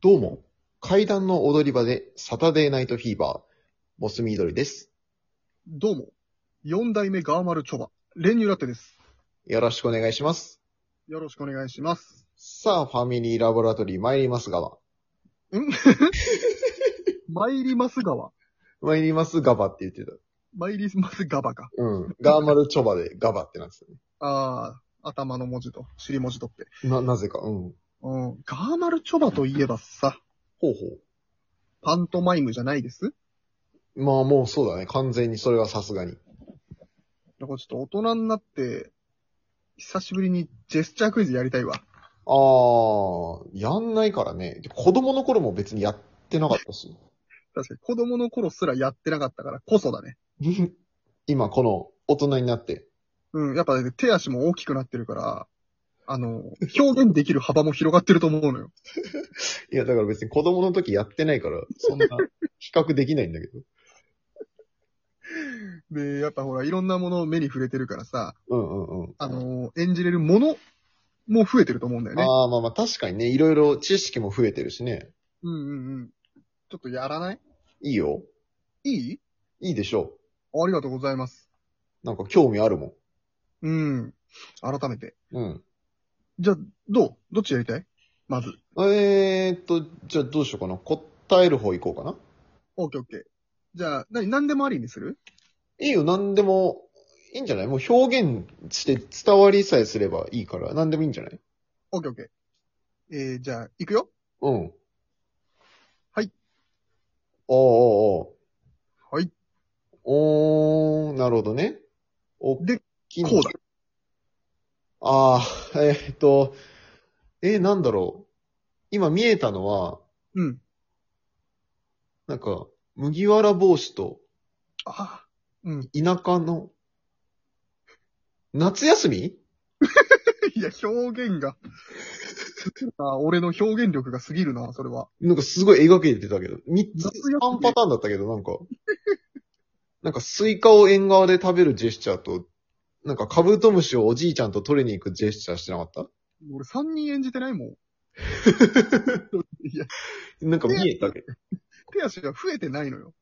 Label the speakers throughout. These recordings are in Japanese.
Speaker 1: どうも、階段の踊り場でサタデーナイトフィーバー、モスミドリです。
Speaker 2: どうも、四代目ガーマルチョバ、練乳ラテです。
Speaker 1: よろしくお願いします。
Speaker 2: よろしくお願いします。
Speaker 1: さあ、ファミリーラボラトリー参りますがば。
Speaker 2: 参りますがは、
Speaker 1: 参りますがばって言ってた。
Speaker 2: 参りますがばか。
Speaker 1: うん。ガーマルチョバでガバってなんですよ
Speaker 2: あー、頭の文字と、尻文字とって。
Speaker 1: ね。な、なぜか。うん。
Speaker 2: うん、ガーマルチョバといえばさ、
Speaker 1: ほうほ
Speaker 2: パントマイムじゃないです
Speaker 1: う。まあもうそうだね。完全にそれはさすがに。
Speaker 2: だからちょっと大人になって、久しぶりにジェスチャークイズやりたいわ。
Speaker 1: あー、やんないからね。子供の頃も別にやってなかった し。
Speaker 2: 確かに子供の頃すらやってなかったからこそだね。
Speaker 1: 今この大人になって。
Speaker 2: うん、やっぱ、ね、手足も大きくなってるから、あの、表現できる幅も広がってると思うのよ。
Speaker 1: いや、だから別に子供の時やってないから、そんな比較できないんだけど。
Speaker 2: で、やっぱほら、いろんなものを目に触れてるからさ、
Speaker 1: うんうんうん。
Speaker 2: あのー演じれるものも増えてると思うんだよね。
Speaker 1: ああ、まあまあ確かにね、いろいろ知識も増えてるしね。
Speaker 2: うんうんうん。ちょっとやらない
Speaker 1: いいよ。
Speaker 2: いい
Speaker 1: いいでしょ
Speaker 2: ありがとうございます。
Speaker 1: う。なんか興味あるも
Speaker 2: うん。改めて。
Speaker 1: ん。
Speaker 2: じゃあ、どうどっちやりたいまず。
Speaker 1: うん。えーっと、じゃあどうしようかな。答える方行こうかな。
Speaker 2: オッケーオッケー。じゃあ、なに、何でもありにする
Speaker 1: いいよ、なんでも、いいんじゃないもう表現して伝わりさえすればいいから、なんでもいいんじゃない
Speaker 2: オッケーオッケー。えー、じゃあ、行くよ。
Speaker 1: うん。
Speaker 2: はい。
Speaker 1: おーおーおー
Speaker 2: はい。
Speaker 1: おー、なるほどね。お
Speaker 2: で、
Speaker 1: きな
Speaker 2: こうだ。
Speaker 1: ああ、えーっ と、えーなんだろう。今見えたのは、
Speaker 2: うん。
Speaker 1: なんか、麦わら帽子と
Speaker 2: ああ。うん。
Speaker 1: 田舎の、夏休み
Speaker 2: いや、表現が。 あ俺の表現力が過ぎるな、それは。
Speaker 1: なんかすごい描けてたけど、三つ、
Speaker 2: 夏休み
Speaker 1: 三パターンだったけど、なんか、 なんかスイカを縁側で食べるジェスチャーと、なんかカブトムシをおじいちゃんと取りに行くジェスチャーしてなかった
Speaker 2: 俺3人演じてないもん。いや、
Speaker 1: なんか見えたけど。
Speaker 2: 手足が増えてないのよ。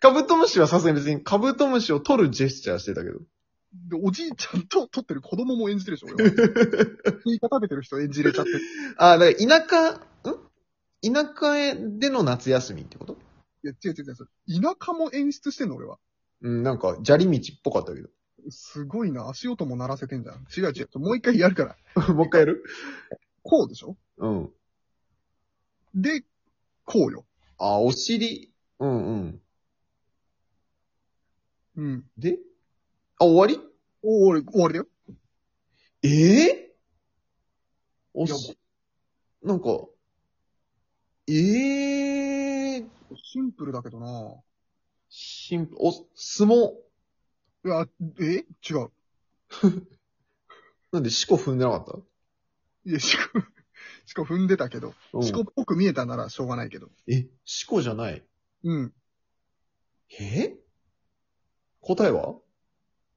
Speaker 1: カブトムシはさすがに別にカブトムシを取るジェスチャーしてたけど。
Speaker 2: で、おじいちゃん と撮ってる子供も演じてるでしょ、俺は。言い方べてる人演じれちゃってる。
Speaker 1: あ、だから田舎、ん田舎へでの夏休みってこと
Speaker 2: いや、違う違う違うそれ。田舎も演出してんの、俺は。
Speaker 1: うん、なんか砂利道っぽかったけど。
Speaker 2: すごいな、足音も鳴らせてんじゃん。違う違う。もう一回やるから。
Speaker 1: もう一回やる
Speaker 2: こうでしょ
Speaker 1: うん。
Speaker 2: で、こうよ。
Speaker 1: あ、お尻。うんうん。
Speaker 2: うん。
Speaker 1: であ、終わり
Speaker 2: お、俺、終わりだよ。
Speaker 1: ええおし、なんか、ええー、
Speaker 2: シンプルだけどな
Speaker 1: しん、お、相撲。
Speaker 2: いや、え違う。
Speaker 1: なんで、四股踏んでなかった
Speaker 2: いや、しか、 しか踏んでたけど。
Speaker 1: うん
Speaker 2: しこっぽく見えたならしょうがないけど。
Speaker 1: え、四股じゃない。
Speaker 2: うん。
Speaker 1: え答えは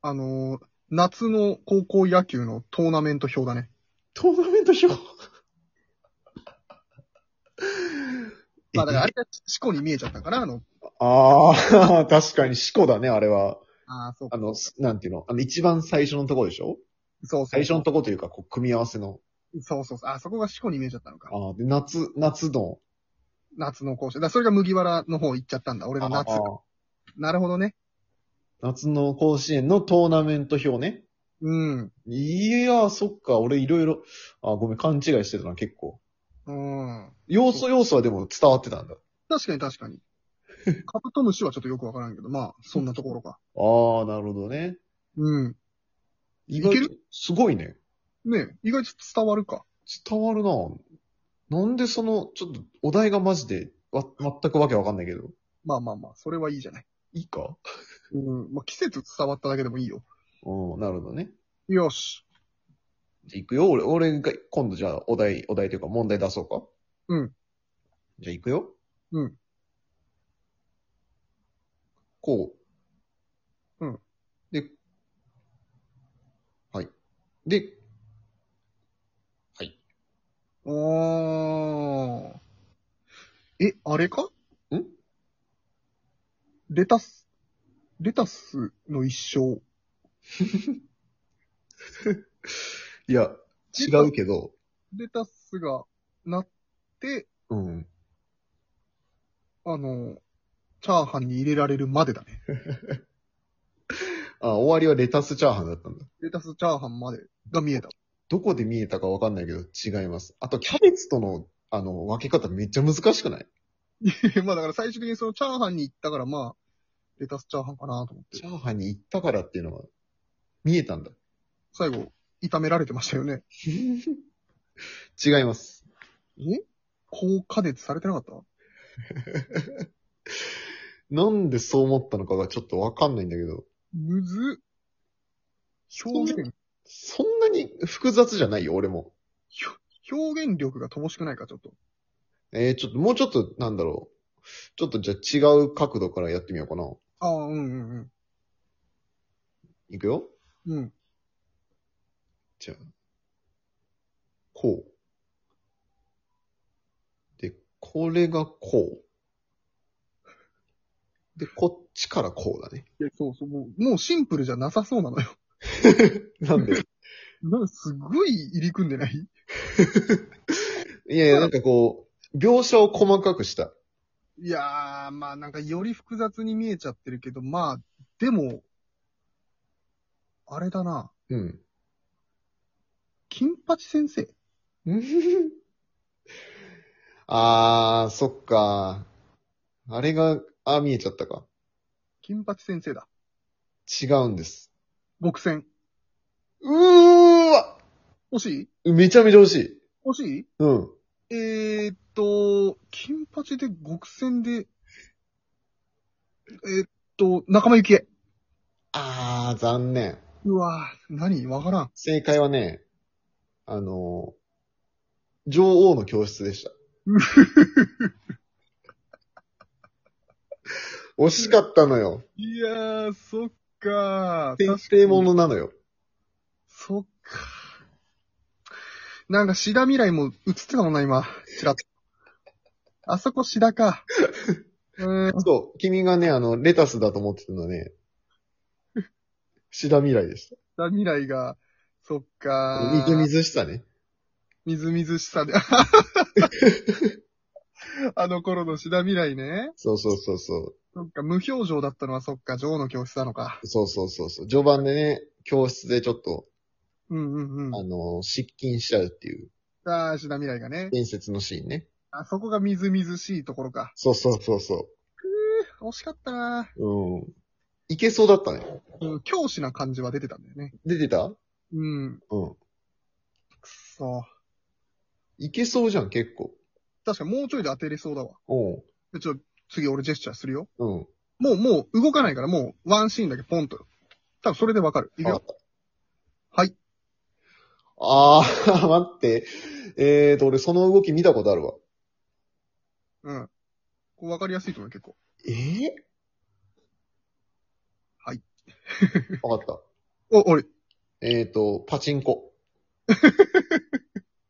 Speaker 2: あのー夏の高校野球のトーナメント表だね。
Speaker 1: トーナメント表。
Speaker 2: まあ、だからあれがしこに見えちゃったから、あの、
Speaker 1: ああ、 確かに四股だね、あれは。
Speaker 2: ああ、そう
Speaker 1: あ
Speaker 2: か。
Speaker 1: の、すなんていうの、あの、一番最初のとこでしょ
Speaker 2: そうそう。
Speaker 1: 最初のとこというか、こう、組み合わせの。
Speaker 2: そうそうそう。あ、そこが四股に見えちゃったのか。
Speaker 1: ああ、で、夏、夏の。
Speaker 2: 夏の校舎。だからそれが麦わらの方行っちゃったんだ。俺の夏
Speaker 1: あ。ー
Speaker 2: なるほどね。
Speaker 1: 夏の甲子園のトーナメント表ね。
Speaker 2: うん。
Speaker 1: いやー、そっか、俺いろいろ、あ、ごめん、勘違いしてたな、結構。
Speaker 2: うん。
Speaker 1: 要素要素はでも伝わってたんだ。
Speaker 2: 確かに確 かに。カブトムシはちょっとよくわからんけど、まあ、そんなところか。
Speaker 1: ああ、なるほどね。
Speaker 2: うん。
Speaker 1: 意
Speaker 2: いけ
Speaker 1: 外
Speaker 2: る
Speaker 1: と、すごいね。
Speaker 2: ねえ意外と伝わるか。
Speaker 1: 伝わるななんでその、ちょっと、お題がマジで、わ、全くわけわかんないけど。
Speaker 2: まあまあまあ、それはいいじゃない。
Speaker 1: いいか
Speaker 2: うん。まあ、季節伝わっただけでもいいよ。
Speaker 1: うん、なるほどね。
Speaker 2: よし。
Speaker 1: じゃあ行くよ。俺、俺が、今度じゃあ、お題、お題というか問題出そうか。
Speaker 2: うん。
Speaker 1: じゃあ行くよ。
Speaker 2: うん。
Speaker 1: こう。
Speaker 2: うん。
Speaker 1: で、はい。で、
Speaker 2: おーあれかん
Speaker 1: ん
Speaker 2: レタス、レタスの一生。
Speaker 1: いや、違うけど、
Speaker 2: レタスがなって、
Speaker 1: うん。
Speaker 2: あの、チャーハンに入れられるまでだね。
Speaker 1: あ、終わりはレタスチャーハンだったんだ。
Speaker 2: レタスチャーハンまでが見えた。
Speaker 1: どこで見えたかわかんないけど、違います。あと、キャベツとの、あの、分け方めっちゃ難しくない
Speaker 2: まあだから最終的にそのチャーハンに行ったからまあ、レタスチャーハンかなと思って
Speaker 1: チ。ャーハンに行ったからっていうのは、見えたんだ。
Speaker 2: 最後、炒められてましたよね。
Speaker 1: 違います。
Speaker 2: え高加熱されてなかった
Speaker 1: なんでそう思ったのかがちょっとわかんないんだけど、
Speaker 2: むずっ。表現、
Speaker 1: そんなに複雑じゃないよ、俺も。
Speaker 2: 表現力が乏しくないか、ちょっと。
Speaker 1: えー、ちょっと、もうちょっと、なんだろう。ちょっとじゃあ違う角度からやってみようかな。
Speaker 2: ああ、うんうん
Speaker 1: いくよ
Speaker 2: うん。うん。
Speaker 1: じゃあ、こう。で、これがこう。で、こっちからこうだね。
Speaker 2: いやそうそう、もう、もうシンプルじゃなさそうなのよ。
Speaker 1: なんで
Speaker 2: なんかすごい入り組んでない
Speaker 1: いやいや、なんかこう、描写を細かくした。
Speaker 2: いやー、まあなんかより複雑に見えちゃってるけど、まあ、でも、あれだな。
Speaker 1: うん。
Speaker 2: 金八先生
Speaker 1: あー、そっか。あれが、あー見えちゃったか。
Speaker 2: 金八先生だ。
Speaker 1: 違うんです。
Speaker 2: 極戦。
Speaker 1: うーわ
Speaker 2: 惜し
Speaker 1: めちゃめちゃ惜しい。
Speaker 2: い惜し
Speaker 1: うん。
Speaker 2: いえーっと、金八で極戦で、えーっと、仲間由紀恵。
Speaker 1: あー、残念。
Speaker 2: うわー、何わからん。
Speaker 1: 正解はね、あのー、女王の教室でした。惜しかったのよ。
Speaker 2: いやー、そっか
Speaker 1: 先生ものなのよ。
Speaker 2: そっか。なんか、シダ未来も映ってたもんな、今。ちらっと。あそこシダか。うーん。
Speaker 1: そう、君がね、あの、レタスだと思ってたのはね、シダ未来でした。
Speaker 2: シダ未来が、そっか。
Speaker 1: みずみずしさね。
Speaker 2: みずみずしさで。 あの頃のシダ未来ね。
Speaker 1: そうそうそうそう。
Speaker 2: そっか、無表情だったのはそっか、女王の教室なのか。
Speaker 1: そうそうそうそう。序盤でね、教室でちょっと、
Speaker 2: うんうんうん。
Speaker 1: あのー、失禁しちゃうっていう
Speaker 2: ああ、シダ未来がね。
Speaker 1: 伝説のシーンね。
Speaker 2: あそこがみずみずしいところか。
Speaker 1: そうそうそうそ
Speaker 2: 惜しかったな
Speaker 1: う。うん。いけそうだったね。
Speaker 2: うん、教師な感じは出てたんだよね。
Speaker 1: 出てた
Speaker 2: うん。
Speaker 1: うん。
Speaker 2: くそ。
Speaker 1: いけそうじゃん、結構。
Speaker 2: 確かもうちょいで当てれそうだわ。
Speaker 1: おう
Speaker 2: でちょ、次俺ジェスチャーするよ。
Speaker 1: うん。
Speaker 2: もう、もう動かないから、もうワンシーンだけポンと。多分それでわかる。いく
Speaker 1: あ
Speaker 2: よ。はい。
Speaker 1: あー、 待って。えーと、俺その動き見たことあるわ。
Speaker 2: うん。こうわかりやすいと思うよ、結構。
Speaker 1: ええ
Speaker 2: はい。
Speaker 1: わかっ
Speaker 2: お、俺、
Speaker 1: た。えーと、パチンコ。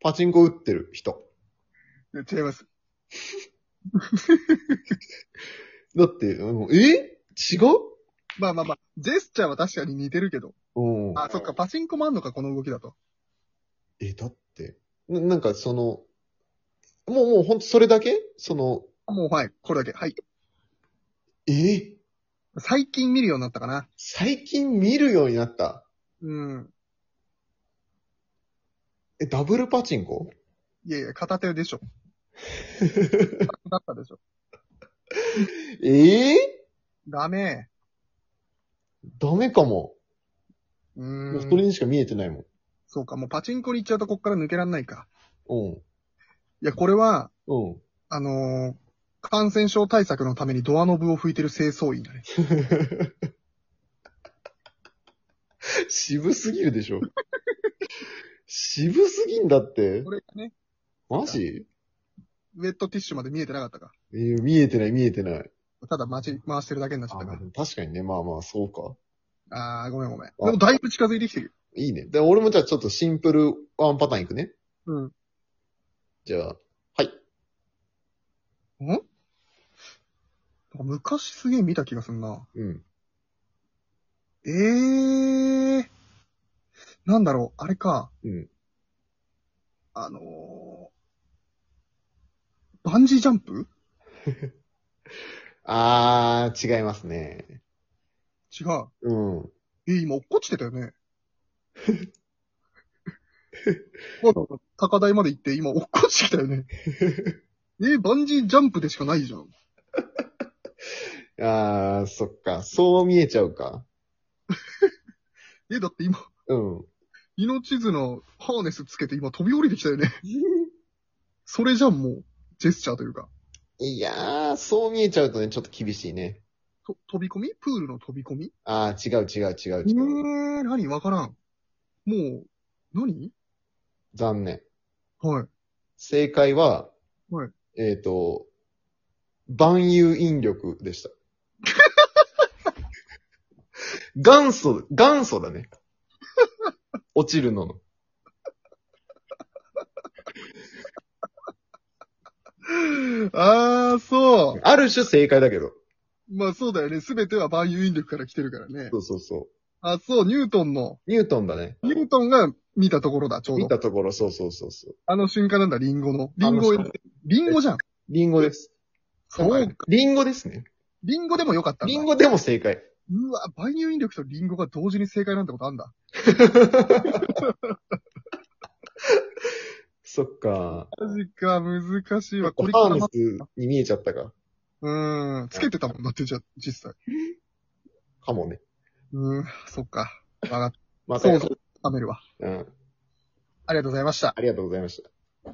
Speaker 1: パチンコ打ってる人。
Speaker 2: いや違います。
Speaker 1: だって、うん、え違う
Speaker 2: まあまあまあ、ジェスチャーは確かに似てるけど。
Speaker 1: うん。
Speaker 2: あ、そっか、パチンコもあんのか、この動きだと。
Speaker 1: え、だって、ななんかその、もうもうほんとそれだけその、
Speaker 2: もうはい、これだけ。はい。
Speaker 1: えー
Speaker 2: 最近見るようになったかな。
Speaker 1: 最近見るようになった。
Speaker 2: うん。
Speaker 1: え、ダブルパチンコ
Speaker 2: いやいや、片手でしょ。だったでしょ。
Speaker 1: ええ
Speaker 2: ダメ。
Speaker 1: ダメかも。
Speaker 2: う
Speaker 1: もう
Speaker 2: ー
Speaker 1: それ
Speaker 2: ん。
Speaker 1: にしか見えてないもん。
Speaker 2: そうか、もうパチンコに行っちゃうとこっから抜けらんないか。
Speaker 1: うん。
Speaker 2: いや、これは、
Speaker 1: うん。
Speaker 2: あのー感染症対策のためにドアノブを拭いてる清掃員だ ね。
Speaker 1: 渋すぎるでし ょ。渋すぎんだって
Speaker 2: こ。れがね、
Speaker 1: マジ
Speaker 2: ウェットティッシュまで見えてなかったか。
Speaker 1: えー見えてない見えてない。
Speaker 2: ただ待ち、回してるだけになっちゃ
Speaker 1: あ
Speaker 2: ったか
Speaker 1: 確かにね、まあまあ、そうか。
Speaker 2: ら。あー、ごめんごめん。でもだいぶ近づいてきてる。
Speaker 1: いいね。で、俺もじゃあちょっとシンプルワンパターンいくね。
Speaker 2: うん。
Speaker 1: じゃあ、はい。
Speaker 2: んなんか昔すげえ見た気がすんな。
Speaker 1: うん。
Speaker 2: ええー。なんだろう、あれか。
Speaker 1: うん。
Speaker 2: あのー、バンジージャンプ
Speaker 1: あー、違いますね。
Speaker 2: 違う。
Speaker 1: うん。
Speaker 2: えー、今落っこちてたよね。 わざわざ高台まで行って今落っこちてきたよね。 えー、バンジージャンプでしかないじゃん。
Speaker 1: あー、そっか。そう見えちゃうか。
Speaker 2: えー、だって今、
Speaker 1: うん。
Speaker 2: 命綱、ハーネスつけて今飛び降りてきたよね。それじゃんもう、ジェスチャーというか。
Speaker 1: いやー、そう見えちゃうとね、ちょっと厳しいね。
Speaker 2: と飛び込みプールの飛び込み
Speaker 1: あー、違う違う違う
Speaker 2: え
Speaker 1: 違う。
Speaker 2: ー、何わからん。もう、何
Speaker 1: 残念。
Speaker 2: はい。
Speaker 1: 正解は、
Speaker 2: はい
Speaker 1: えっ、と、万有引力でした。 元祖、元祖だね。落ちるのの。
Speaker 2: あー、そう。
Speaker 1: ある種正解だけど。
Speaker 2: まあそうだよね。すべては万有引力から来てるからね。
Speaker 1: そうそうそ
Speaker 2: あ、そう、ニュートンの、
Speaker 1: う。ニュートンだね。
Speaker 2: ニュートンが見たところだ、ちょう
Speaker 1: 見
Speaker 2: ど。
Speaker 1: たところ、そうそうそうそう。
Speaker 2: あの瞬間なんだ、リンゴの。リンゴ
Speaker 1: あの、
Speaker 2: リンゴじゃん。
Speaker 1: リンゴです。
Speaker 2: そうか。
Speaker 1: リンゴですね。
Speaker 2: リンゴでもよかったんだ
Speaker 1: リンゴでも正解。
Speaker 2: うわ、万有引力とリンゴが同時に正解なんてことあんだ。
Speaker 1: そっか。
Speaker 2: マジか、難しいわ。これ
Speaker 1: ハ
Speaker 2: か
Speaker 1: ー
Speaker 2: ら
Speaker 1: ネ
Speaker 2: ま、
Speaker 1: スに見えちゃったか。
Speaker 2: うーん、つけてたもんだって、じゃあ、実際。
Speaker 1: かもね。
Speaker 2: うーん、そっか。わかっ
Speaker 1: また
Speaker 2: た。そ
Speaker 1: や
Speaker 2: う
Speaker 1: ろ
Speaker 2: そう。食べるわ。
Speaker 1: う。うん。
Speaker 2: ありがとうございました。
Speaker 1: ありがとうございました。